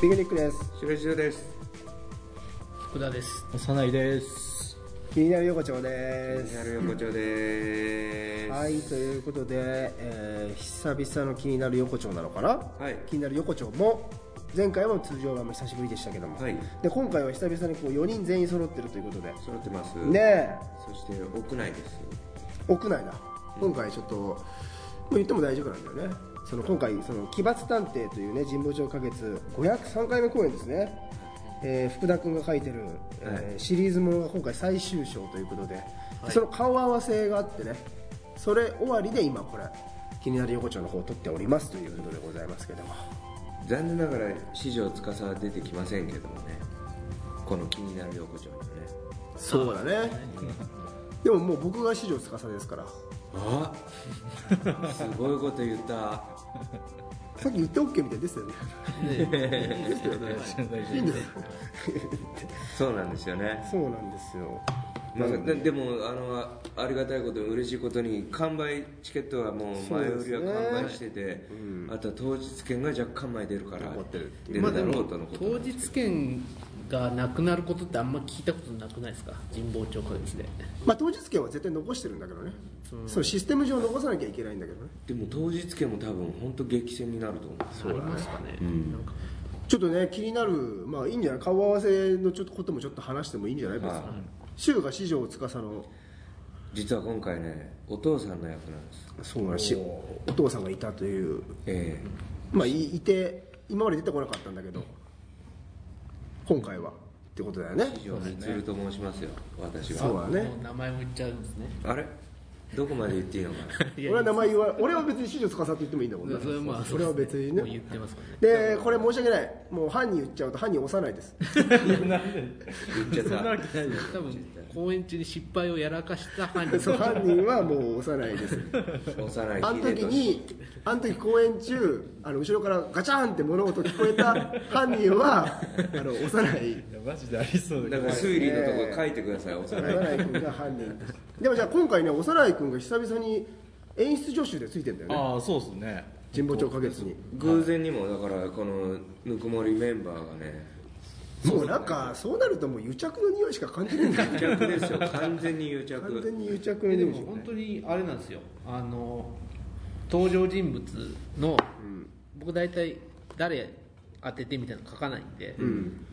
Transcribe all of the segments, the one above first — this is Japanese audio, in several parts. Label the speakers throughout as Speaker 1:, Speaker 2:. Speaker 1: ピクニックです
Speaker 2: 白石です
Speaker 3: 福田です
Speaker 4: 幼いです
Speaker 1: 気になる横丁です
Speaker 2: やる横丁です
Speaker 1: はいということで、えー久々の気になる横丁なのかな、
Speaker 2: はい
Speaker 1: 気になる横丁も前回も通常版も久しぶりでしたけども、
Speaker 2: はい
Speaker 1: で今回は久々にこう4人全員揃ってるということで
Speaker 2: 揃ってます
Speaker 1: ね
Speaker 2: そして屋内です
Speaker 1: え屋内だ今回ちょっと、もう言っても大丈夫なんだよねその今回その奇抜探偵というね神保町花月503回目公演ですね、えー福田君が書いてる、えーシリーズものが今回最終章ということで、その顔合わせがあってねそれ終わりで今これ気になる横丁の方を撮っておりますということでございますけども
Speaker 2: 残念ながら四条司は出てきませんけどもねこの気になる横丁にはね
Speaker 1: そうだねでももう僕が史上司ですから
Speaker 2: あすごいこと言った
Speaker 1: さっき言っておけみ たいですよね
Speaker 4: 大丈
Speaker 2: そうなんですよね、
Speaker 1: そうなんですよ
Speaker 2: まあ、ででもあのありがたいことに嬉しいことに完売チケットはもう前売りは完売してて、あとは当日券が若干前出るから
Speaker 1: 残ってるって
Speaker 2: 出るだろうとのこと
Speaker 3: 当日券がなくなることってあんま聞いたことなくないですか神保町花月で
Speaker 1: まあ、当日券は絶対残してるんだけどね、そのシステム上残さなきゃいけないんだけどね
Speaker 2: でも当日券も多分本当激戦になると思う
Speaker 3: ありますかね、なんか
Speaker 1: ちょっとね気になるまあいいんじゃない顔合わせのちょっとこともちょっと話してもいいんじゃないですか
Speaker 2: はい
Speaker 1: 柊が四条司の
Speaker 2: 実は今回ねお父さんの役なんです
Speaker 1: そうなしお父さんがいたという
Speaker 2: ええ
Speaker 1: まあいいて今まで出てこなかったんだけど今回はってことだよね
Speaker 2: 以上充と申しますよ私は
Speaker 1: そうだね
Speaker 3: もう名前も言っちゃうんですね
Speaker 2: あれどこまで言っていいのかな
Speaker 3: いや
Speaker 1: 俺は名前言わ俺は別に四条司って言ってもいいんだもんね
Speaker 3: それはまあ
Speaker 1: それは別に
Speaker 3: もう言
Speaker 1: ね
Speaker 3: ってますからね
Speaker 1: でこれ申し訳ないもう犯人言っちゃうと犯人押さないです
Speaker 2: 言っちゃった
Speaker 3: 多分公演中に失敗をやらかした犯 人
Speaker 1: そう犯人はもう押さないです
Speaker 2: 幼い
Speaker 1: あの時にあの時公演中あの後ろからガチャンって物音聞こえた犯人 はあの幼い
Speaker 4: 夫マジでありそう
Speaker 2: だ
Speaker 4: だ
Speaker 2: から推理のとこ書いてください幼い
Speaker 1: 幼い君が犯人でもじゃあ今回ね幼い君が久々に演出助手でついてんだよね
Speaker 4: ああそうですね
Speaker 1: 神保町花月に
Speaker 2: 偶然にもだからこのぬくもりメンバーがね
Speaker 1: もうなんかそうなるともう癒着の匂いしか感じないんだよ
Speaker 2: 癒着ですよ完全に 癒
Speaker 1: 完全
Speaker 2: 着
Speaker 1: に癒着の
Speaker 3: えで
Speaker 1: 匂
Speaker 3: も
Speaker 1: いしか
Speaker 3: 本当にあれなんですよあの登場人物の、僕大体誰当ててみたいなの書かないんで、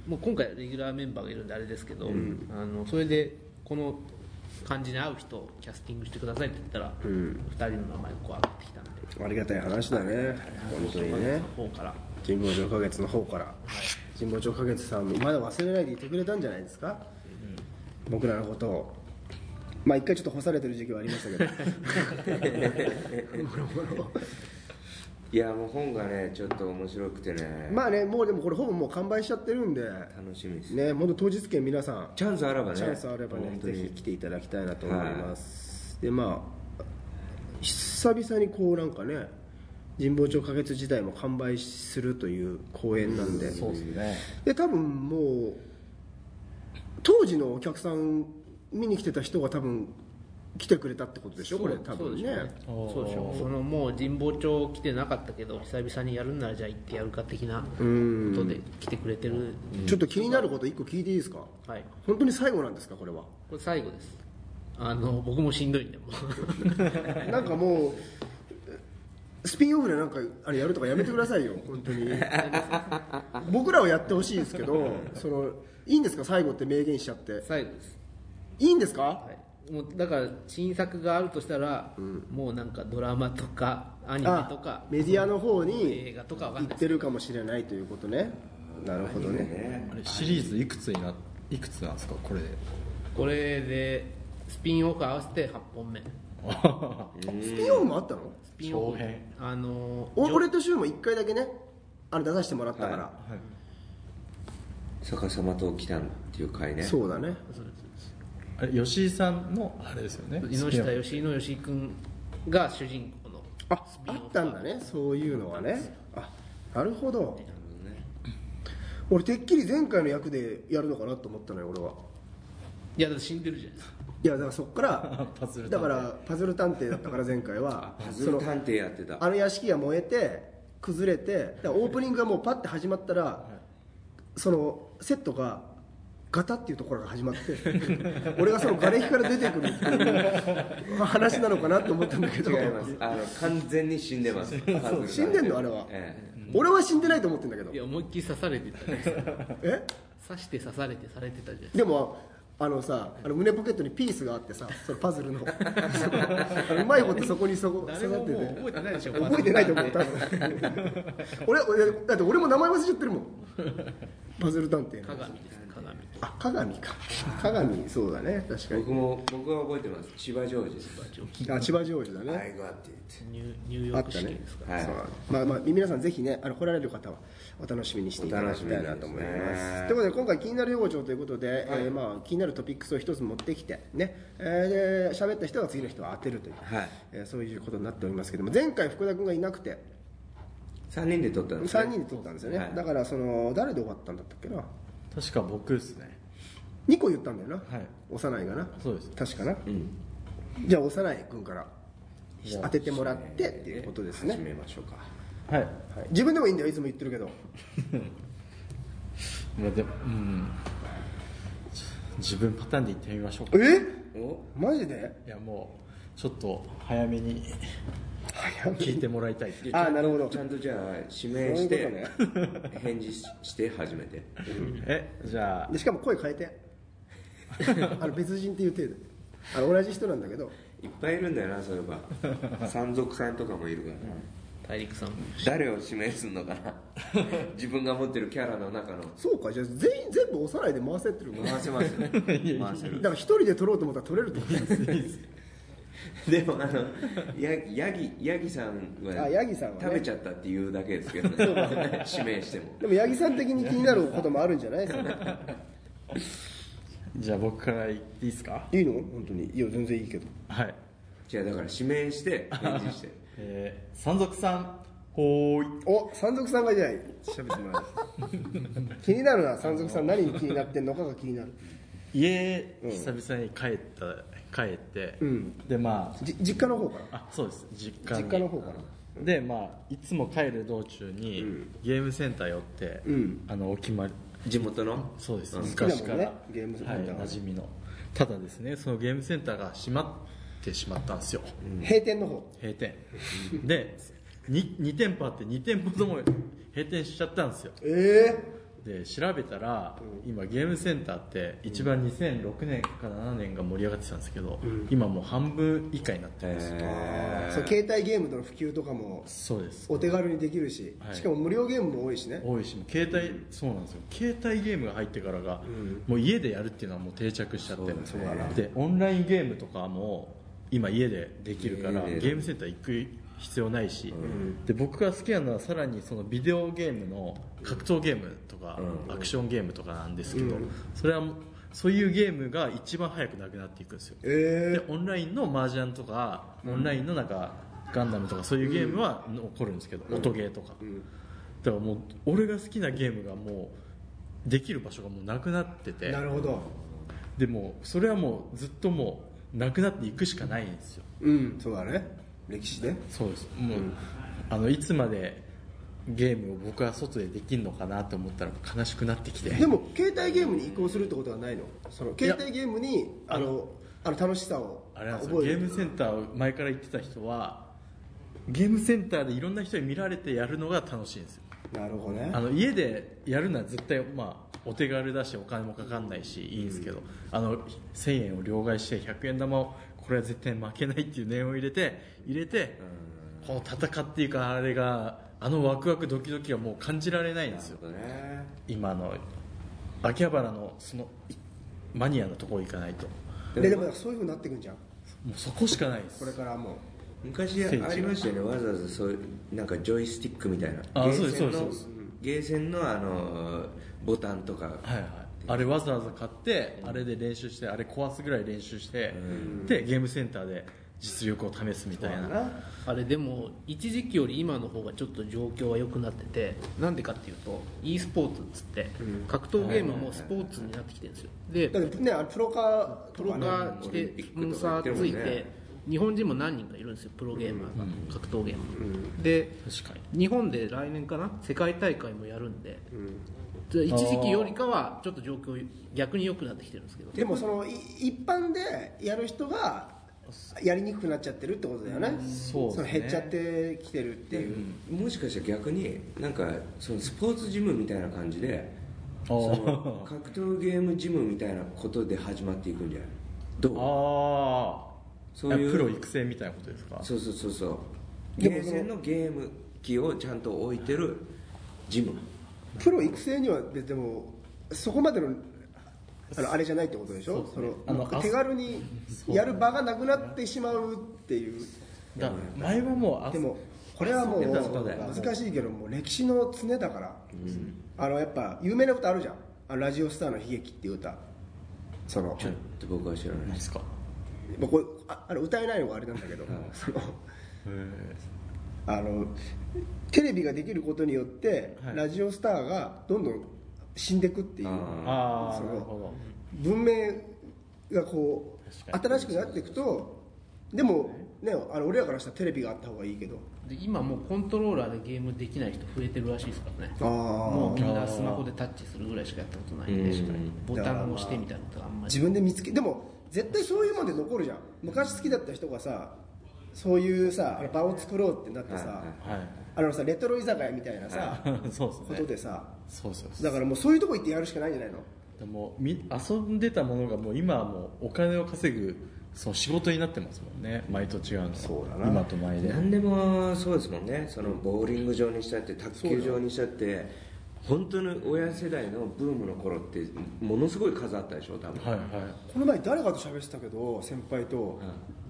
Speaker 3: もう今回レギュラーメンバーがいるんであれですけど、あのそれでこの感じに合う人をキャスティングしてくださいって言ったら、2人の名前がこう上がってきたんで
Speaker 1: ありがたい話だね本当にね
Speaker 3: その方から
Speaker 1: 神保町花月の方から神保町花月さんもまだ忘れないでいてくれたんじゃないですか、僕らのことをまあ一回ちょっと干されてる時期はありましたけど
Speaker 2: いやもう本がねちょっと面白くてね
Speaker 1: まあねもうでもこれほぼもう完売しちゃってるんで
Speaker 2: 楽しみです
Speaker 1: ねもっと当日券皆さん
Speaker 2: チャンスあればね
Speaker 1: チャンスあればね
Speaker 2: 本当
Speaker 1: ぜひ
Speaker 2: に
Speaker 1: 来ていただきたいなと思います、でまあ久々にこうなんかね神保町花月自体も完売するという公演なんで、
Speaker 4: そうですね
Speaker 1: で多分もう当時のお客さん見に来てた人が多分来てくれたってことでしょこれ多分ね
Speaker 3: そうでしょうそのもう神保町来てなかったけど久々にやるんならじゃあ行ってやるか的なことで来てくれてる、
Speaker 1: ちょっと気になること一個聞いていいですか
Speaker 3: はい
Speaker 1: 本当に最後なんですかこれ は
Speaker 3: これ最後ですあの僕もしんど いんでもう
Speaker 1: なんかもうスピンオフでなんかあれやるとかやめてくださいよ本当に 僕らはやってほしいですけどそのいいんですか最後って明言しちゃって
Speaker 3: 最後です、
Speaker 1: いいんですか
Speaker 3: はい、もうだから新作があるとしたら、もうなんかドラマとかアニメとか
Speaker 1: あメディアの方
Speaker 3: 映
Speaker 1: に
Speaker 3: 画とかわか
Speaker 1: 行
Speaker 3: ん
Speaker 1: っ
Speaker 3: ない
Speaker 1: てるかもしれないということねなるほどね
Speaker 4: あれシリーズいくつにないくつなんですかこれで
Speaker 3: これでスピンオフ合わせて8本目ス
Speaker 1: スピンオフもあったの
Speaker 3: ピンオフ
Speaker 4: 長編
Speaker 3: あの
Speaker 1: お
Speaker 3: ジョ
Speaker 1: 俺と柊も1回だけねあれ出させてもらったから、
Speaker 2: 逆さまと来たんっていう回ね
Speaker 1: そうだね
Speaker 4: あれ吉井さんのあれですよね
Speaker 3: 井下義井の吉井君が主人公の
Speaker 1: ああったんだねそういうのはねあなるほど
Speaker 2: なるほどね
Speaker 1: 俺てっきり前回の役でやるのかなと思ったのよ俺はい
Speaker 3: やだって死んでるじゃないですか
Speaker 1: いやだからそっから
Speaker 4: パズル探偵
Speaker 1: だからパズル探偵だったから前回は
Speaker 2: パズル探偵やってた
Speaker 1: あの屋敷が燃えて崩れてだからオープニングがもうパッて始まったらそのセットがガタっていうところが始まって 俺がその瓦礫から出てくるっていう話なのかなと思ったんだけど
Speaker 2: 違いますあの完全に死ん でますパズル探偵
Speaker 1: 死んでんのあれは
Speaker 2: ええ
Speaker 1: 俺は死んでないと思ってんだけど
Speaker 3: いや思いっきり刺されてたじゃな いですか
Speaker 1: え
Speaker 3: 刺して刺されてされてたじゃないですか
Speaker 1: でもあのさあの胸ポケットにピースがあってさそのパズルの あのうまいことそこにそこ
Speaker 3: 誰
Speaker 1: 刺さっ
Speaker 3: も
Speaker 1: て
Speaker 3: もう
Speaker 1: て
Speaker 3: 覚えてないでしょ
Speaker 1: 覚えてないと思う多 分俺俺だって俺も名前忘れちゃってるもんパズル探偵の
Speaker 3: 鏡です鏡
Speaker 1: あ鏡か鏡そうだね確かに
Speaker 2: 僕も僕は覚えてます千葉ジョージです
Speaker 1: あ千葉ジョージだね、
Speaker 2: I got it
Speaker 3: ニューニューヨ
Speaker 1: あ
Speaker 3: ー
Speaker 1: っ
Speaker 3: ク
Speaker 1: た
Speaker 3: 式
Speaker 1: ね
Speaker 3: ですか、
Speaker 2: はい
Speaker 1: そうまあまあ皆さんぜひねあの来られる方はお楽しみにしていただきたいなと思い
Speaker 2: お楽
Speaker 1: ま
Speaker 2: しみです
Speaker 1: す
Speaker 2: ね
Speaker 1: ということで今回気になる横丁ということで、えーまあ、気になるトピックスを一つ持ってきてねえーで喋った人が次の人を当てるという、
Speaker 2: はい
Speaker 1: えーそういうことになっておりますけども前回福田君がいなくて
Speaker 2: 3人で撮ったんですね
Speaker 1: 3人で撮ったんですよね、
Speaker 2: はい
Speaker 1: だからその誰で終わったんだったっけな
Speaker 4: 確か僕ですね
Speaker 1: 2個言ったんだよな、
Speaker 4: はい
Speaker 1: 幼いがな
Speaker 4: そうです
Speaker 1: 確かな
Speaker 2: うん
Speaker 1: じゃあ幼い君から
Speaker 4: じゃあ
Speaker 1: 当ててもらってっていうことですね
Speaker 2: 始、めましょうか
Speaker 4: はい
Speaker 1: はい自分でもいいんだよいつも言ってるけど
Speaker 4: まあでもうんじ自分パターンでいってみましょうか
Speaker 1: え
Speaker 2: お
Speaker 1: マジで
Speaker 4: いやもうちょっと早めに
Speaker 1: 早
Speaker 4: 聞いてもらいたいっていう
Speaker 1: あーなるほど
Speaker 2: ちゃんとじゃあ指名して
Speaker 1: そういう
Speaker 2: 返事しして初めて
Speaker 4: えじゃ
Speaker 1: でしかも声変えて あの別人っていう体であの同じ人なんだけど
Speaker 2: いっぱいいるんだよなそういえば山賊さんとかもいるからな
Speaker 3: 大陸さんも
Speaker 2: 誰を指名するのかな自分が持ってるキャラの中 の
Speaker 1: そうかじゃあ全員全部押さないで回せってるのだ
Speaker 2: 回せますよ回せる
Speaker 1: から一人で取ろうと思ったら取れるってことなんですね
Speaker 2: でもあのやヤギヤギさんは
Speaker 1: あヤギさんはね
Speaker 2: 食べちゃったっていうだけですけどね指名しても
Speaker 1: でも八木さん的に気になることもあるんじゃないですか
Speaker 4: あじゃあ僕から言っていいですか
Speaker 1: いいの本当にいや全然いいけど
Speaker 4: はい
Speaker 2: じゃあだから指名して返事して
Speaker 4: えー、山賊さんほーい
Speaker 1: お山賊さんがじゃあ 喋ってもらいます気になるな山賊さん何に気になってんのかが気になる
Speaker 4: 家
Speaker 1: うん
Speaker 4: 久々に帰った帰って、
Speaker 1: うん
Speaker 4: でま
Speaker 1: じ実家の方から
Speaker 4: ああそうです実家に
Speaker 1: 実家の方から
Speaker 4: でまあいつも帰る道中に、ゲームセンター寄って、
Speaker 1: うん
Speaker 4: あのお決まり
Speaker 2: 地元の
Speaker 4: そうです、
Speaker 2: うん
Speaker 4: 昔
Speaker 1: 好きだ
Speaker 4: から、
Speaker 1: もんねゲームセンターが
Speaker 4: はい、馴染みのただですねそのゲームセンターが閉まってしまったんですよ、
Speaker 1: 閉店の方
Speaker 4: 閉店で 2, 2店舗あって2店舗とも閉店しちゃったんですよ
Speaker 1: え
Speaker 4: で調べたら、今ゲームセンターって一番2006年か7年が盛り上がってたんですけど、今もう半分以下になってます、
Speaker 1: え
Speaker 2: え
Speaker 1: そう携帯ゲームの普及とかも
Speaker 4: そうです
Speaker 1: お手軽にできるし、
Speaker 4: はい
Speaker 1: しかも無料ゲームも多いしね
Speaker 4: 多いしもう携帯、そうなんですよ携帯ゲームが入ってからが、もう家でやるっていうのはもう定着しちゃって
Speaker 2: そうだね
Speaker 4: でオンラインゲームとかも今家でできるから
Speaker 2: 家で
Speaker 4: ゲームセンター行く必要ないし、で僕が好きなのはさらにそのビデオゲームの格闘ゲームとか、アクションゲームとかなんですけど、それはもうそういうゲームが一番早くなくなっていくんですよ
Speaker 1: え
Speaker 4: でオンラインの麻雀とかオンラインのなんかガンダムとかそういうゲームは残るんですけど、音ゲーとか、だからもう俺が好きなゲームがもうできる場所がもうなくなって
Speaker 1: え
Speaker 4: て
Speaker 1: なるほど
Speaker 4: でもうそれはもうずっともうなくなっていくしかないんですよ
Speaker 1: うんそうだね歴史ね
Speaker 4: そうですもう、あのいつまでゲームを僕は外でできるのかなと思ったら悲しくなってきて
Speaker 1: でも携帯ゲームに移行するってことはないのその
Speaker 4: や
Speaker 1: 携帯ゲームにあのあの楽しさを
Speaker 4: あれなんですよ
Speaker 1: 覚
Speaker 4: ゲ
Speaker 1: え
Speaker 4: ー
Speaker 1: る
Speaker 4: ムセンターを前から行ってた人はゲームセンターでいろんな人に見られてやるのが楽しいんですよ
Speaker 1: なるほどね
Speaker 4: あの家でやるのは絶対、まあ、お手軽だしお金もかかんないしいいんですけど、あの1000円を両替して100円玉をこれは絶対負けないっていう念を入れて入れてこの戦っていくあれがあのワクワクドキドキがもう感じられないんですよ
Speaker 2: そうだね
Speaker 4: 今の秋葉原のそのいマニアのところ行かないと
Speaker 1: ででもなんかそういうふうになってくんじゃん
Speaker 4: もうそこしかないです
Speaker 1: これからもう
Speaker 2: 昔ありましたよねわざわざそういうなんかジョイスティックみたいな
Speaker 4: あ
Speaker 2: ゲーセン
Speaker 4: そうですそう
Speaker 2: の
Speaker 4: です
Speaker 2: ゲーセンのあのボタンとか
Speaker 4: はいはい、あれわざわざ買って、あれで練習してあれ壊すぐらい練習して、でゲームセンターで実力を試すみたいな
Speaker 1: そうだな
Speaker 3: あれでも一時期より今の方がちょっと状況は良くなっててなんでかっていうと e スポーツっつって格闘ゲームもスポーツになってきてるんですよで
Speaker 1: だってね、あれプロ化
Speaker 3: プロが来
Speaker 2: オリンピ
Speaker 3: て
Speaker 2: ッ
Speaker 3: スポ
Speaker 2: ク
Speaker 3: ン
Speaker 2: と
Speaker 3: サ
Speaker 2: かやって
Speaker 3: ー
Speaker 2: るも
Speaker 3: つ
Speaker 2: んね
Speaker 3: いて日本人も何人かいるんですよプロゲーマーが、格闘ゲーム、で
Speaker 4: 確かに
Speaker 3: 日本で来年かな世界大会もやるんで、で一時期よりかはちょっと状況逆に良くなってきてるんですけど
Speaker 1: でもそのい一般でやる人がやりにくくなっちゃってるってことだよね、
Speaker 4: そうですね
Speaker 1: の減っちゃってきてるっていう、
Speaker 2: もしかしたら逆になんかそのスポーツジムみたいな感じで
Speaker 4: あー
Speaker 2: その格闘ゲームジムみたいなことで始まっていくんじゃないどう
Speaker 4: ああ
Speaker 2: そういう
Speaker 4: プロ育成みたいなことですか
Speaker 2: そうそうそうそうゲ
Speaker 1: でも
Speaker 2: ーセンのゲーム機をちゃんと置いてるジム
Speaker 1: プロ育成にはででもそこまでのあのあれじゃないってことでしょそ
Speaker 4: あの
Speaker 1: の手軽にやる場がなくなってしまうっていう
Speaker 4: だ前はもうあ
Speaker 1: でもこれはもう
Speaker 2: そうだそうだ
Speaker 1: 難しいけどもう歴史の常だから、あのやっぱ有名なことあるじゃんあのラジオスターの悲劇っていう歌その
Speaker 2: ちょっと僕は知らない
Speaker 4: 何ですか
Speaker 1: まあこれああの歌えないのがあれなんだけど、そのあのテレビができることによって、
Speaker 4: はい
Speaker 1: ラジオスターがどんどん死んでいくっていう
Speaker 2: あ
Speaker 4: あ
Speaker 1: そ
Speaker 4: あ
Speaker 1: の
Speaker 4: なるほ
Speaker 1: 文明がこう
Speaker 4: 確か
Speaker 1: 新しくなっていくとでも、ね、あの俺らからしたらテレビがあった方がいいけど
Speaker 3: で今もうコントローラーでゲームできない人増えてるらしいですからね
Speaker 1: あー
Speaker 3: もうみんなスマホでタッチするぐらいしかやったことないんで
Speaker 2: うん
Speaker 3: ボタンを押してみたいなことがあんまり
Speaker 1: 自分で見つけでも絶対そういうもんで残るじゃん昔好きだった人がさそういうさあの場を作ろうってなってさ、
Speaker 2: はい
Speaker 4: どはい
Speaker 1: あのさレトロ居酒屋みたいなさ、
Speaker 4: そうです
Speaker 1: こ
Speaker 4: ね
Speaker 1: とでさ
Speaker 4: そうそうそう
Speaker 1: だからもうそういうとこ行ってやるしかないんじゃないの
Speaker 4: でもみ遊んでたものがもう今はもうお金を稼ぐその仕事になってますもんね前と違うの
Speaker 1: そうだな
Speaker 4: 今と前で
Speaker 2: 何でもそうですもんねそのボーリング場にしたって卓球場にしたって本当の親世代のブームの頃ってものすごい数あったでしょ多分
Speaker 4: はいはい
Speaker 1: この前誰かと喋ってたけど先輩と、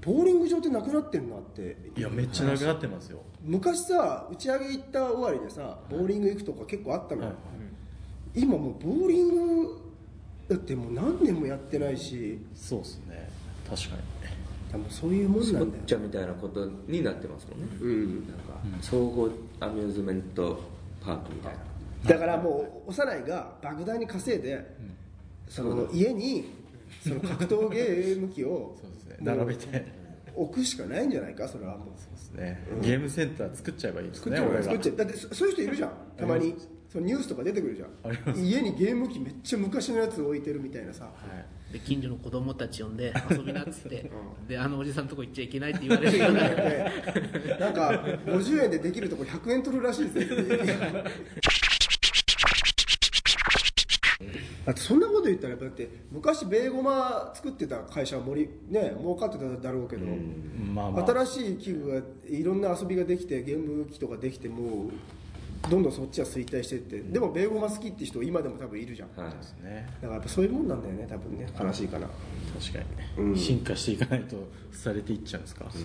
Speaker 1: ボーリング場ってなくなってるなって
Speaker 4: いやめっちゃなくなってますよ
Speaker 1: 昔さ打ち上げ行った終わりでさボーリング行くとか結構あったのよ、
Speaker 4: はい
Speaker 1: 今もうボーリングだってもう何年もやってないし
Speaker 4: そうですね確かに
Speaker 1: もうそういうもん
Speaker 2: ス
Speaker 1: な
Speaker 2: ポ
Speaker 1: んだよ
Speaker 2: ッチャみたいなことになってますもんね、
Speaker 1: うん
Speaker 2: なんか総合アミューズメントパークみたいな
Speaker 1: だからもう幼いが莫大に稼いで、その家にその格闘ゲーム機を
Speaker 4: そうですね
Speaker 1: もう
Speaker 4: 並べてそう
Speaker 1: 置くしかないんじゃないかそれはもう
Speaker 4: ですねゲームセンター作っちゃえばいいです
Speaker 1: 作っち
Speaker 4: ね
Speaker 1: ゃうよ、
Speaker 4: 俺が
Speaker 1: 作っちゃうだってそそういう人いる じゃんたまにそのニュースとか出てくるじ
Speaker 4: あり
Speaker 1: ゃん家にゲーム機めっちゃ昔のやつ置いてるみたいなさ
Speaker 4: はい
Speaker 3: で近所の子供たち呼ん で遊びなっつって、であのおじさんとこ行っちゃいけないって言われるような
Speaker 1: でなんか50円でできるとこ100円取るらしいですよ だってそんなこと言ったらやっぱだって昔ベーゴマ作ってた会社は森ね儲かってただろうけど、
Speaker 4: まあまあ
Speaker 1: 新しい器具がいろんな遊びができてゲーム機とかできてもうどんどんそっちは衰退してってでもベーゴマ好きって人今でも多分いるじゃんだか
Speaker 2: はい
Speaker 4: ですね
Speaker 1: らやっぱそういうもんなんだよね多分ね悲しいかな
Speaker 4: 確か
Speaker 1: う
Speaker 4: に、
Speaker 1: ん
Speaker 4: 進化していかないとされていっちゃうんですかそ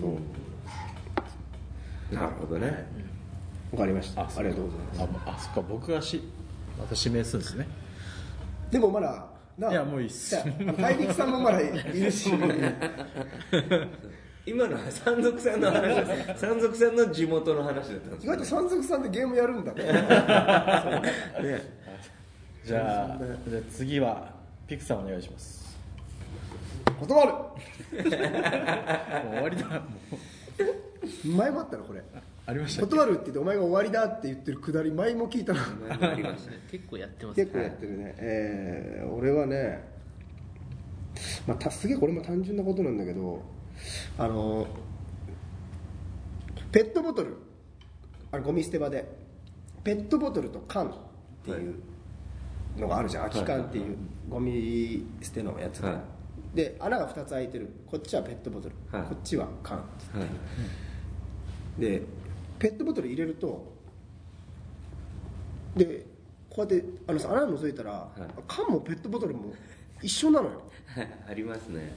Speaker 4: う
Speaker 2: なるほどね
Speaker 1: わかりましたあ
Speaker 4: あ
Speaker 1: りがとうございます
Speaker 4: あまあそっか僕がしまた指名するんですね
Speaker 1: でもまだない
Speaker 4: やもういいっす
Speaker 1: じゃあ大陸さんもまだいる し
Speaker 2: 今のは山賊さんの話です山賊さんの地元の話だったんです
Speaker 1: 意
Speaker 2: よ
Speaker 1: 外と山賊さんでゲームやるんだね
Speaker 4: じゃあじゃあ次はピクさんお願いします
Speaker 1: 断る
Speaker 4: もう終わりだもう
Speaker 1: 前もあったなこれ
Speaker 4: ありましたっけ
Speaker 1: 断るって言ってお前が終わりだって言ってるくだり前も聞いたな
Speaker 2: 前もありましたね
Speaker 3: 結構やってます
Speaker 1: 結構やってるね、えー俺はね、まあ、たすげえこれも単純なことなんだけどあのペットボトルあのゴミ捨て場でペットボトルと缶っていうのがあるじゃん、空き缶っていうゴミ捨てのやつが、
Speaker 2: は
Speaker 1: で穴が2つ開いてるこっちはペットボトル、
Speaker 2: はい
Speaker 1: こっちは缶
Speaker 2: はい
Speaker 1: でペットボトル入れるとでこうやってあのさ穴覗いたら、
Speaker 2: い
Speaker 1: 缶もペットボトルも一緒なのよ
Speaker 2: はいありますね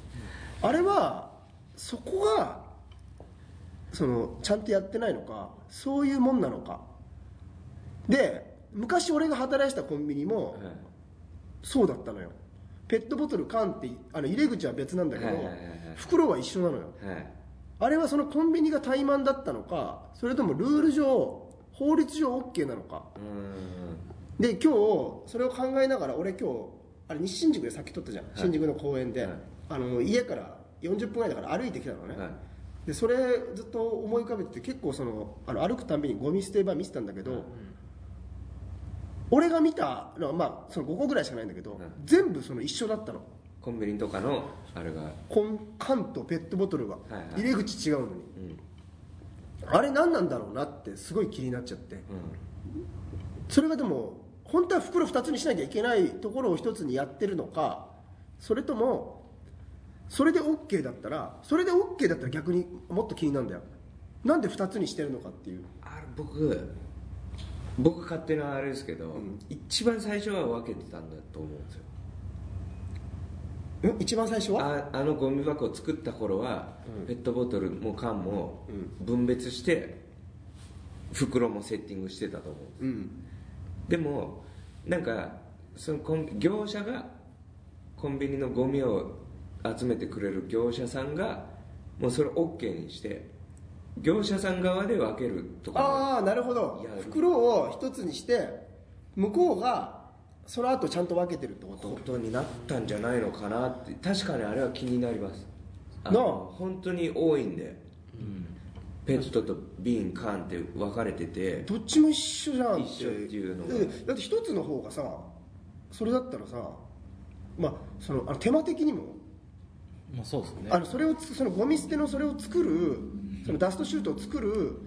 Speaker 1: あれはそこがそのちゃんとやってないのかそういうもんなのかで昔俺が働いてたコンビニも、
Speaker 2: はい
Speaker 1: そうだったのよペットボトル缶ってあの入れ口は別なんだけど、
Speaker 2: はいはいはいはい
Speaker 1: 袋は一緒なのよ
Speaker 2: はい
Speaker 1: あれはそのコンビニが怠慢だったのかそれともルール上法律上 OK なのか
Speaker 2: うん
Speaker 1: で今日それを考えながら俺今日あれ西新宿でさっき撮ったじゃん、新宿の公園で、
Speaker 2: はい
Speaker 1: あの家から40分ぐらいだから歩いてきたのね、
Speaker 2: はい
Speaker 1: でそれずっと思い浮かべてて結構そのあの歩くたんびにゴミ捨て場見てたんだけど、俺が見たのはまあその5個ぐらいしかないんだけど、
Speaker 2: ん
Speaker 1: 全部その一緒だったの
Speaker 2: コンビニとかのあれが
Speaker 1: こん缶とペットボトルが、
Speaker 2: いはい
Speaker 1: 入り口違うのに
Speaker 2: うん
Speaker 1: あれ何なんだろうなってすごい気になっちゃって
Speaker 2: うん
Speaker 1: それがでも本当は袋2つにしなきゃいけないところを1つにやってるのかそれともそれで OK だったらそれで OK だったら逆にもっと気になるんだよなんで2つにしてるのかっていう
Speaker 2: あれ僕僕勝手なあれですけど、一番最初は分けてたんだと思うんですよ
Speaker 1: ん一番最初は
Speaker 2: ああのゴミ箱を作った頃は、ペットボトルも缶も分別して袋もセッティングしてたと思う
Speaker 1: うん
Speaker 2: でもなんかそのコン業者がコンビニのゴミを集めてくれる業者さんがもうそれ OK にして業者さん側で分けるとか
Speaker 1: ああなるほど
Speaker 2: いや
Speaker 1: 袋を1つにして向こうがその後ちゃんと分けてるってこ
Speaker 2: こととになったんじゃないのかなって確かにあれは気になりますあ
Speaker 1: なあ
Speaker 2: の本当に多いんで、ペットと瓶缶って分かれてて
Speaker 1: どっちも一緒じゃん
Speaker 2: 一緒っていうのが
Speaker 1: だってだって一つの方がさそれだったらさまあそのあの手間的にも
Speaker 4: まあそうですね
Speaker 1: あのそれをつそのゴミ捨てのそれを作るそのダストシュートを作る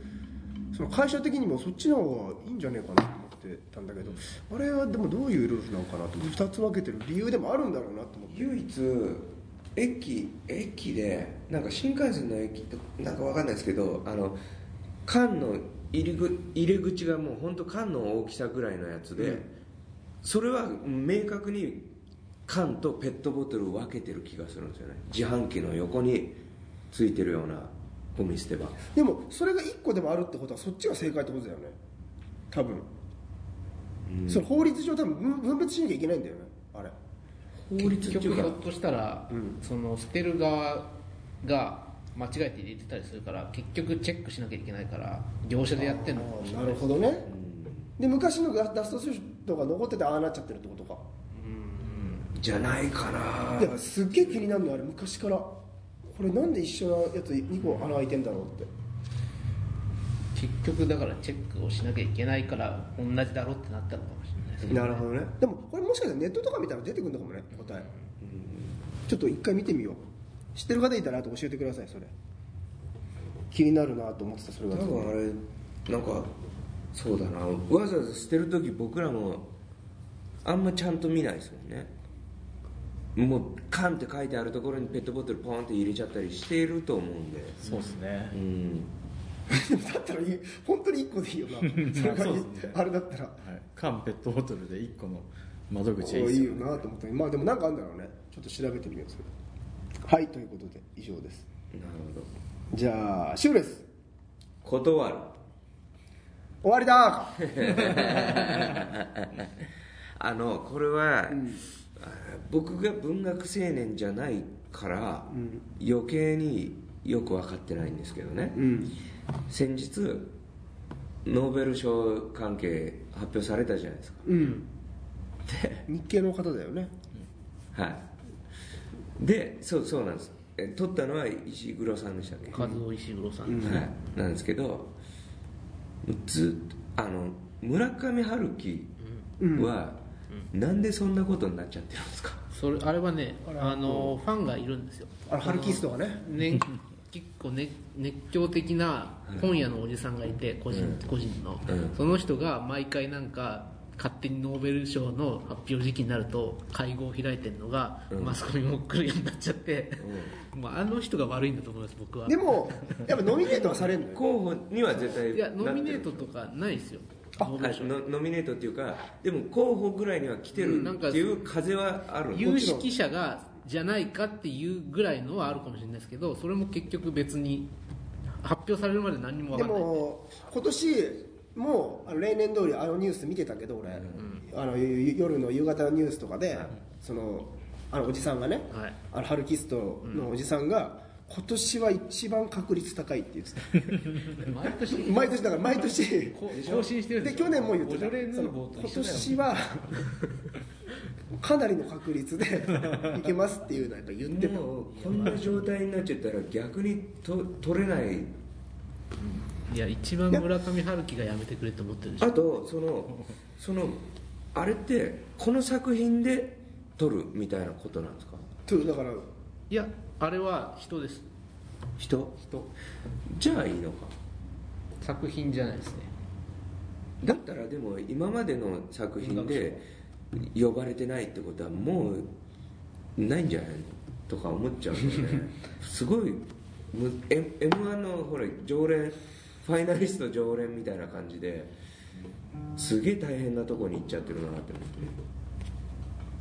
Speaker 1: その会社的にもそっちの方がいいんじゃねえかなと思ってたんだけどあれはでもどういうルールなのかなと思って2つ分けてる理由でもあるんだろうなと思って
Speaker 2: 唯一駅駅でなんか新幹線の駅となんか分かんないですけどあの缶の入りぐ入り口がもう本当缶の大きさぐらいのやつで、
Speaker 1: うん
Speaker 2: それは明確に缶とペットボトルを分けてる気がするんですよね自販機の横についてるようなゴミ捨て場
Speaker 1: でもそれが1個でもあるってことはそっちが正解ってことだよね多分、その法律上多分分分別しなきゃいけないんだよねあれ
Speaker 2: 法律って
Speaker 3: 結
Speaker 2: いう
Speaker 3: 局ひ
Speaker 2: か
Speaker 3: ょっとしたら、その捨てる側が間違えて入れてたりするから結局チェックしなきゃいけないから業者でやってんのかもしれ
Speaker 1: な
Speaker 3: ない
Speaker 1: るほどねで昔のダダストシュートが残っててああなっちゃってるってことか
Speaker 2: じゃないかない
Speaker 1: やすっげえ気になるのあれ昔からこれなんで一緒なやつ2個穴開いてんだろうって
Speaker 3: 結局だからチェックをしなきゃいけないから同じだろってなったのかもしれないですね
Speaker 1: なるほどねでもこれもしかしたらネットとか見たら出てくるのかもね答え、ちょっと一回見てみよう知ってる方いたらあと教えてくださいそれ気になるなと思ってたそれが
Speaker 2: 多分あれなんかそうだなわざわざ捨てる時僕らもあんまちゃんと見ないですもんねもう「缶」って書いてあるところにペットボトルポンって入れちゃったりしていると思うんで
Speaker 4: そうですね
Speaker 2: うん
Speaker 1: で もだったらいい本当に1個でいいよなそれがいい
Speaker 4: そうですね
Speaker 1: あれだったら
Speaker 4: はい、缶ペットボトルで1個の窓口
Speaker 1: い
Speaker 4: はいいい
Speaker 1: いいい
Speaker 4: っすよ
Speaker 1: よなと思ってまあでもなんかあるんだろうねちょっと調べてみようそれはいということで以上です
Speaker 2: なるほど
Speaker 1: じゃあシューです
Speaker 2: 断る
Speaker 1: 終わりだー
Speaker 2: あのこれは、あ僕が文学青年じゃないから、余計によく分かってないんですけどね、
Speaker 1: うん
Speaker 2: 先日ノーベル賞関係発表されたじゃないですか
Speaker 1: うん日系の方だよね
Speaker 2: はいでそうそうなんですえ取ったのは石井黒さんでしたっけ、
Speaker 3: 和尾石黒さん、
Speaker 2: はい、なんですけどずっとあの村上春樹は、なんでそんなことになっちゃってるんですか、
Speaker 3: それあれはねあのファンがいるんですよ
Speaker 1: あのハルキストがね
Speaker 3: ね、結構、ね、熱狂的な本屋のおじさんがいて個人,、個人の、
Speaker 2: うん
Speaker 3: その人が毎回なんか勝手にノーベル賞の発表時期になると会合を開いてるのが、マスコミも来るようになっちゃって、まあ、あの人が悪いんだと思います僕は
Speaker 1: でもやっぱノミネートはされるのよ
Speaker 2: 候補には絶対
Speaker 3: いや
Speaker 2: なってる
Speaker 3: ノミネートとかないですよノーベ
Speaker 2: は
Speaker 3: ル
Speaker 2: い
Speaker 3: 賞
Speaker 2: のノミネートっていうかでも候補ぐらいには来て
Speaker 3: う
Speaker 2: る
Speaker 3: んなんか
Speaker 2: っていう風はあるの
Speaker 3: 有識者がじゃないかっていうぐらいのはあるかもしれないですけどそれも結局別に発表されるまで何にも
Speaker 1: で
Speaker 3: 分かんない
Speaker 1: も今年もうあの例年通りあのニュース見てたけど俺、あのゆゆ夜の夕方のニュースとかで、そのあのおじさんがね、
Speaker 3: はい
Speaker 1: あのハルキストのおじさんが、今年は一番確率高いって言って
Speaker 3: 毎年
Speaker 1: た毎年だから毎年
Speaker 3: こ更新してるん
Speaker 1: で
Speaker 3: しょ
Speaker 1: 去年も言って
Speaker 3: ボジ
Speaker 1: た
Speaker 3: ョレ・ヌ
Speaker 1: そ
Speaker 3: ー
Speaker 1: の
Speaker 3: ボーと
Speaker 1: 今
Speaker 3: 一緒だよ
Speaker 1: 年はかなりの確率で いけますっていうのはやっぱ言ってた
Speaker 2: もうこんな状態になっちゃったら逆にと取れない
Speaker 3: いや一番村上春樹がやめてくれと思ってるでしょ
Speaker 2: あとそのそのあれってこの作品で撮るみたいなことなんですか
Speaker 1: とだから
Speaker 3: いやあれは人です
Speaker 2: 人
Speaker 3: 人
Speaker 2: じゃあいいのか
Speaker 3: 作品じゃないですね
Speaker 2: だったらでも今までの作品で呼ばれてないってことはもうないんじゃないのとか思っちゃうんだよね すごい m 1のほら常連ファイナリスト常連みたいな感じですげえ大変なとこに行っちゃってるなって思って。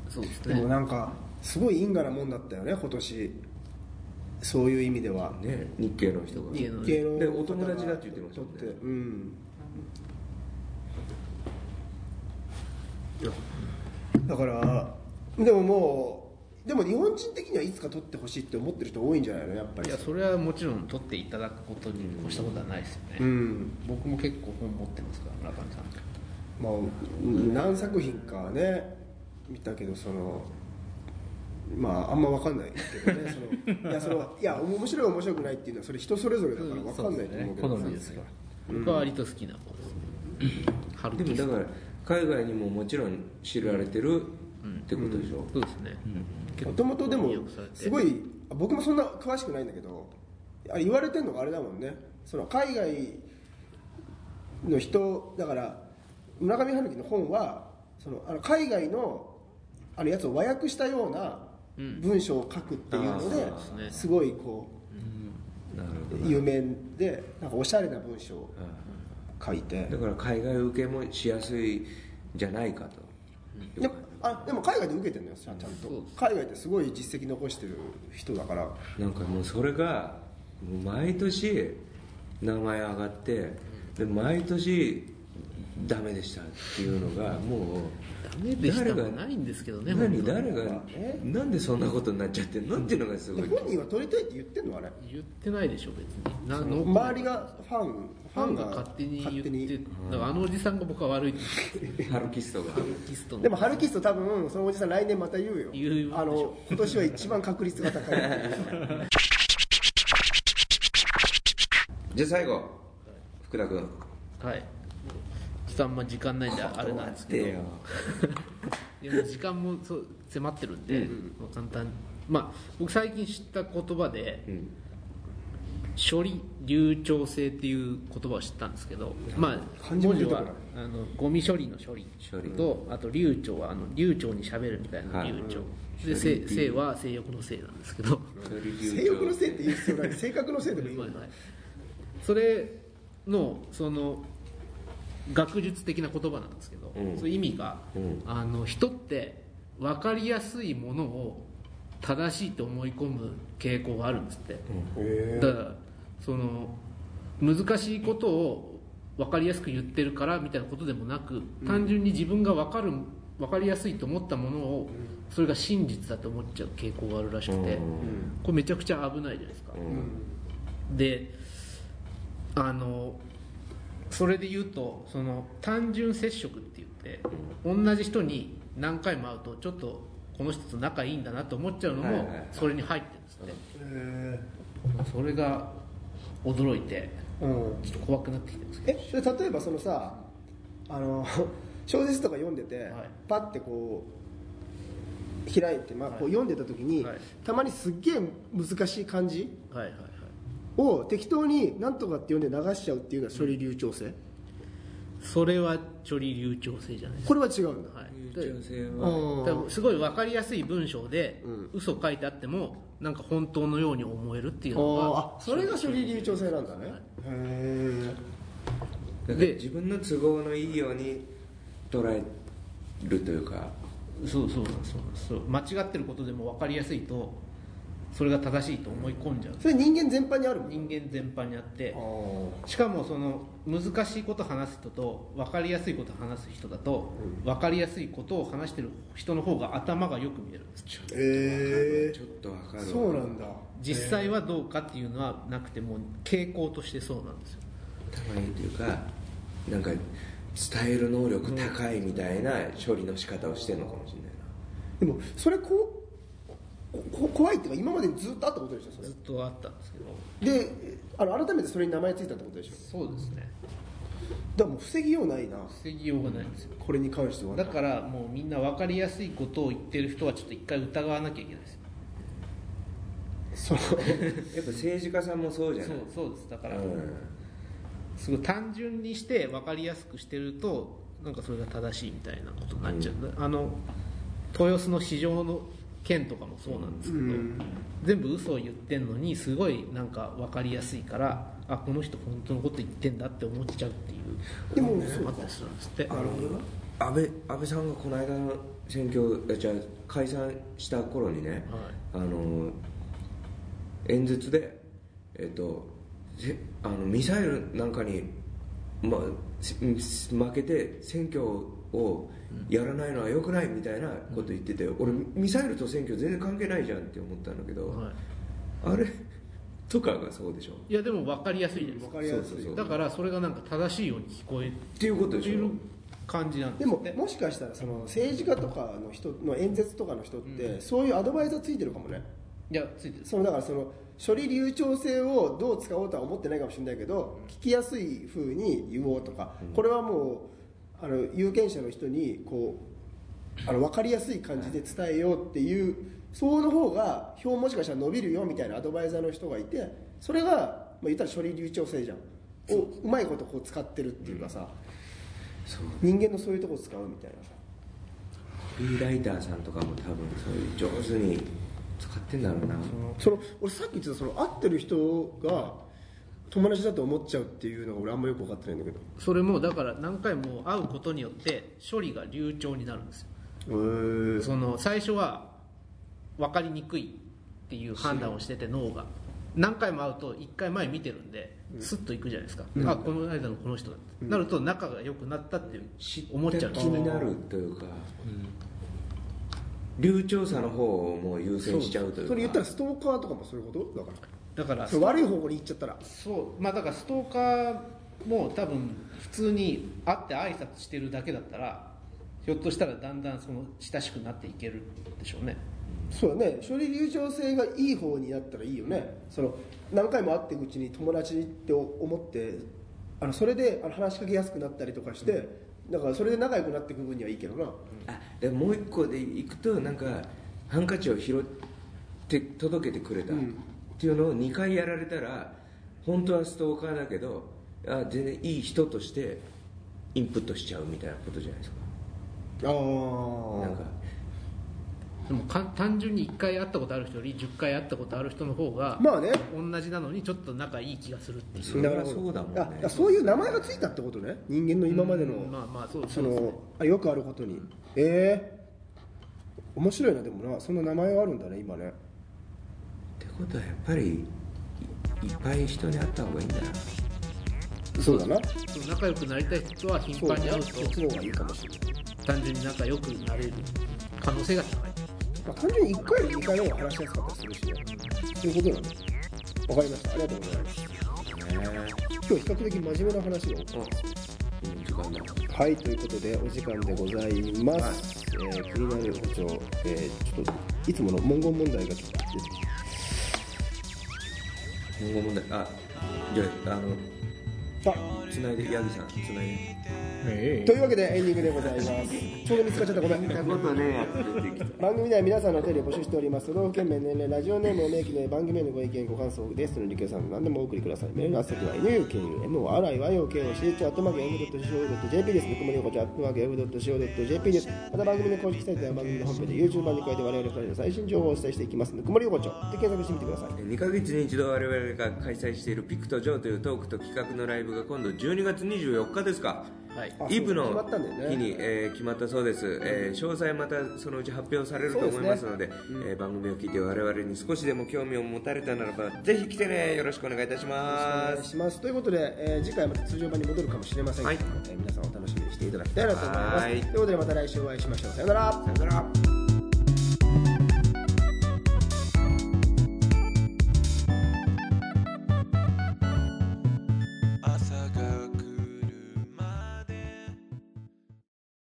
Speaker 3: そうです
Speaker 1: でもなんかすごい因果なもんだったよね今年そういう意味では
Speaker 2: ね、日系の人が
Speaker 3: 日系の
Speaker 1: 芸能
Speaker 2: でお友達だって言ってましたもんね
Speaker 1: とってうんだからでももうでも日本人的にはいつか取ってほしいって思ってる人多いんじゃないのやっぱり
Speaker 3: いやそれはもちろん取っていただくことに越したことはないですよね、
Speaker 1: うん
Speaker 3: 僕も結構本持ってますから村上さん
Speaker 1: まあうん何作品かね見たけどそのまああんま分かんないけどねそのいやそのいや面白い面白くないっていうのはそれ人それぞれだから分かんないと思うけど
Speaker 4: 好みですから
Speaker 3: 僕は割と好きな方ですね、春
Speaker 2: で
Speaker 3: 樹
Speaker 2: も
Speaker 3: さ
Speaker 2: だ
Speaker 3: ん
Speaker 2: から海外にももちろん知られてるってことでしょ、
Speaker 3: そうですね、結構
Speaker 1: もともとでも
Speaker 3: 翻訳されて
Speaker 1: すごいあ僕もそんな詳しくないんだけどあ言われてるのがあれだもんねその海外の人だから村上春樹の本はそのあの海外のあのやつを和訳したような文章を書くっていうので
Speaker 2: あー
Speaker 3: そうですね
Speaker 1: すごいこ
Speaker 2: なるほ
Speaker 1: う有名でなんかおしゃれな文章を
Speaker 2: ど、
Speaker 1: 書いて
Speaker 2: だから海外受けもしやすいじゃないかと、
Speaker 1: でもあでも海外で受けてるのよちゃんと
Speaker 3: そうです
Speaker 1: 海外ってすごい実績残してる人だから
Speaker 2: なんかもうそれがもう毎年名前上がってで毎年ダメでしたっていうのがもう
Speaker 3: ダメでした
Speaker 2: 誰
Speaker 3: も
Speaker 2: が
Speaker 3: ないんですけどね本
Speaker 2: 何
Speaker 3: 当
Speaker 2: 誰が
Speaker 1: え
Speaker 2: なんでそんなことになっちゃってんのっていうのがすご
Speaker 1: で
Speaker 2: い
Speaker 1: 本人は撮りたいって言ってんのあれ
Speaker 3: 言ってないでしょ別になノーコメント
Speaker 1: 周りがファン
Speaker 3: ファンが勝手に言ってだからあのおじさんが僕は悪いと思って
Speaker 2: ハルキストが
Speaker 3: ハルキストの
Speaker 1: でもハルキスト多分そのおじさん来年また言うよ
Speaker 3: 言うでしょ
Speaker 1: あの今年は一番確率が高いっていう
Speaker 2: じゃあ最後福田君
Speaker 3: はいちょっとあんま時間ないんであれなんですけど
Speaker 2: 待ってよ
Speaker 3: でも時間もそう迫ってるんで、まあ簡単にまあ僕最近知った言葉で、処理流暢性っていう言葉を知ったんですけど、まあ
Speaker 1: 漢字も
Speaker 3: 文字
Speaker 1: 出てこない
Speaker 3: はあのゴミ処理の処理
Speaker 2: 処理
Speaker 3: とあと流暢はあの流暢にしゃべるみたいな
Speaker 2: はい
Speaker 3: 流暢、で性性は性欲の性なんですけど、
Speaker 1: 性欲のせいって言う必要ない性格のせいでもいいよ
Speaker 3: はいそれのその学術的な言葉なんですけど、
Speaker 2: うん
Speaker 3: そういう意味が、
Speaker 2: うん
Speaker 3: あの人って分かりやすいものを正しいと思い込む傾向があるんですって、
Speaker 1: へ
Speaker 3: だからその難しいことを分かりやすく言ってるからみたいなことでもなく、単純に自分が分かる分かりやすいと思ったものを、それが真実だと思っちゃう傾向があるらしくて、これめちゃくちゃ危ないじゃないですか、であのそれで言うとその単純接触って言って、同じ人に何回も会うとちょっとこの人と仲いいんだなと思っちゃうの
Speaker 2: はい
Speaker 3: も
Speaker 2: はいはい
Speaker 3: それに入ってるんですね、
Speaker 1: え
Speaker 3: それが驚いて
Speaker 1: うん
Speaker 3: ちょっと怖くなってきてます
Speaker 1: えそれ例えばそのさあの 小説とか読んでて、
Speaker 3: はい
Speaker 1: パッてこう開いて、まあ、こう読んでた時に、
Speaker 3: はい
Speaker 1: たまにすっげえ難しい漢字
Speaker 3: はいはいはい
Speaker 1: を適当になんとかって読んで流しちゃうっていうのは処理流暢性、
Speaker 3: それは処理流暢性じゃないです
Speaker 1: これは違うんだ、
Speaker 3: か、はい、
Speaker 2: 流暢性
Speaker 1: う
Speaker 2: は
Speaker 1: ん
Speaker 3: だからすごい分かりやすい文章で、嘘書いてあってもなんか本当のように思えるっていうの
Speaker 1: あ
Speaker 3: が
Speaker 1: あそれが処理流暢性なんだねへ
Speaker 2: だから
Speaker 3: で
Speaker 2: 自分の都合のいいように捉えるというか
Speaker 3: そうそうそうそう間違ってることでも分かりやすいとそれが正しいと思い込んじゃう
Speaker 1: それ人間全般にあるもん
Speaker 3: 人間全般にあって
Speaker 1: あー
Speaker 3: しかもその難しいこと話す人と分かりやすいこと話す人だと分かりやすいことを話してる人の方が頭がよく見える
Speaker 1: え
Speaker 2: ちょっとわか
Speaker 1: ー、
Speaker 2: る
Speaker 1: そうなんだ
Speaker 3: 実際はどうかっていうのはなくても傾向としてそうなんですよ
Speaker 2: たまにというかなんか伝える能力高いみたいな処理の仕方をしてるのかもしれないな
Speaker 1: でもそれこうここ怖いっていうか今までずっとあったことでしょそれ
Speaker 3: ずっとあったんですけど
Speaker 1: であの改めてそれに名前ついたってことでしょ
Speaker 3: そうですね
Speaker 1: だからもう防ぎようないな
Speaker 3: 防ぎようがないんですよ
Speaker 1: これに関しては
Speaker 3: だからもうみんな分かりやすいことを言ってる人はちょっと一回疑わなきゃいけないですよ
Speaker 1: その
Speaker 2: やっぱ政治家さんもそうじゃ
Speaker 3: そ
Speaker 2: ないう
Speaker 3: そうですだから、
Speaker 2: うん
Speaker 3: すごい単純にして分かりやすくしてるとなんかそれが正しいみたいなことになっちゃう、あの豊洲の市場の件とかもそうなんですけど、
Speaker 1: うん
Speaker 3: 全部嘘を言ってんのにすごいなんか分かりやすいからあこの人本当のこと言ってんだって思っちゃうっていう
Speaker 1: でもそう
Speaker 3: あったりするんですって
Speaker 2: あの安倍安倍さんがこの間の選挙あじゃあ解散した頃にね、あの演説で、えっと、せあのミサイルなんかに、ま、せ負けて選挙をやらないのは良くないみたいなこと言ってて、俺ミサイルと選挙全然関係ないじゃんって思ったんだけど、
Speaker 3: はい、は
Speaker 2: あれとかがそうでしょ
Speaker 3: い、いやでも分かりやすいじゃないです
Speaker 1: 分
Speaker 3: か
Speaker 1: かりやすい
Speaker 2: そうそうそう
Speaker 3: だからそれがなんか正しいように聞こえ
Speaker 2: っていうことで
Speaker 3: て
Speaker 2: し
Speaker 3: い
Speaker 2: ょ
Speaker 3: る感じなんで
Speaker 1: ですも
Speaker 3: って
Speaker 1: もしかしたらその政治家とかの人の演説とかの人って、そういうアドバイザーついてるかもね
Speaker 3: いやついてる
Speaker 1: そのだからその処理流暢性をどう使おうとは思ってないかもしれないけど聞きやすい風に言おうとか、これはもうあの有権者の人にこうあの分かりやすい感じで伝えようっていうそうの方が票もしかしたら伸びるよみたいなアドバイザーの人がいてそれが、まあ、言ったら処理流暢性じゃんをうまいことこう使ってるっていうかさ、
Speaker 2: そう
Speaker 1: 人間のそういうとこ使うみたいなさ
Speaker 2: フリーライターさんとかも多分そういう上手に使ってんだろうな、
Speaker 1: その俺さっき言ってたその会ってる人が友達だと思っちゃうっていうのが俺あんまよく分かってないんだけど
Speaker 3: それもだから何回も会うことによって処理が流暢になるんですよ
Speaker 1: へえ
Speaker 3: その最初は分かりにくいっていう判断をしてて脳が何回も会うと1回前見てるんでスッといくじゃないですか、あこの間のこの人だって、なると仲が良くなったっていう思っちゃうんで
Speaker 2: 気
Speaker 3: すよ
Speaker 2: になるというか、流暢さの方をもう優先しちゃうというか
Speaker 1: それ言ったらストーカーとかもそういうことだから
Speaker 3: だから
Speaker 1: それ悪い方向に行っちゃったら
Speaker 3: そうまあだからストーカーも多分普通に会って挨拶してるだけだったらひょっとしたらだんだんその親しくなっていけるでしょうね
Speaker 1: そうだね処理流暢性がいい方になったらいいよねその何回も会っていくうちに友達って思ってあのそれであの話しかけやすくなったりとかして、だからそれで仲良くなっていく分にはいいけどな、
Speaker 2: あでもう一個で行くとなんかハンカチを拾って届けてくれたっていうのを2回やられたら本当はストーカーだけどあ全然いい人としてインプットしちゃうみたいなことじゃないですか
Speaker 1: あ
Speaker 2: なんか
Speaker 3: でもか単純に1回会ったことある人より10回会ったことある人の方が
Speaker 1: まあね
Speaker 3: 同じなのにちょっと仲いい気がするっていう
Speaker 2: それはそうだもんね
Speaker 1: あからそういう名前がついたってことね人間の今までの、
Speaker 3: うんまあまあそう
Speaker 1: そ
Speaker 3: そうですね
Speaker 1: のあよくあることに、えー、面白いなでもなそんな名前があるんだね今ね
Speaker 2: ってことはやっぱりいいっぱい人に会った方がいいんだな
Speaker 1: そうだな
Speaker 3: その仲良くなりたい人は頻
Speaker 1: そうだ
Speaker 3: 繁に
Speaker 1: な
Speaker 3: 会う
Speaker 1: そっちの方がいいかもしれない、
Speaker 3: と単純に仲良くなれる可能性が高い
Speaker 1: まあ、単純に1回より2回の方が話しやすかったりするしねそういうことなんですわかりましたありがとうございます今日比較的真面目な話を
Speaker 2: おうん時間だ
Speaker 1: はいということでお時間でございます、えー気になる補聴、えーちょっといつもの文言問題がちょっと出てきて
Speaker 2: 今後問題あじゃああの
Speaker 1: あ
Speaker 2: つないでヤギさんつないで
Speaker 4: え
Speaker 1: というわけでエンディングでございますちょうど見つかっちゃったごめん
Speaker 2: ことねえやつ出てきた
Speaker 1: 番組では皆さんのお便りを募集しております都道府県名年齢ラジオネームを明記の上番組へのご意見ご感想ゲストのリクエストなど何でもお送りくださいメールの宛先は nukumiyokoc.yahoo.co.jp ですぬくもり横丁 .yahoo.co.jp ですまた番組の公式サイトや番組のホームページ YouTube 版に加えて我々2人の最新情報をお伝えしていきますぬくもり横丁で検索してみてください
Speaker 2: 2ヶ月に一度我々が開催しているピクとジョーというトークと企画のライブが今度12月24日ですか
Speaker 3: はい
Speaker 1: あ
Speaker 2: イブ
Speaker 1: そ
Speaker 2: の
Speaker 1: う決まったんだよね
Speaker 2: 日に、えー決まったそうです、えー詳細またそのうち発表されると思いますのでえー番組を聞いて我々に少しでも興味を持たれたならばぜひ来てねよろしくお願いいたし
Speaker 1: お
Speaker 2: ま
Speaker 1: 願い
Speaker 2: す
Speaker 1: しますということで、えー次回また通常版に戻るかもしれませんが、
Speaker 2: はい
Speaker 1: えー皆さんお楽しみにしていただきたいなと思いま
Speaker 2: は
Speaker 1: す
Speaker 2: い
Speaker 1: ということでまた来週お会いしましょうさよなら
Speaker 2: さよなら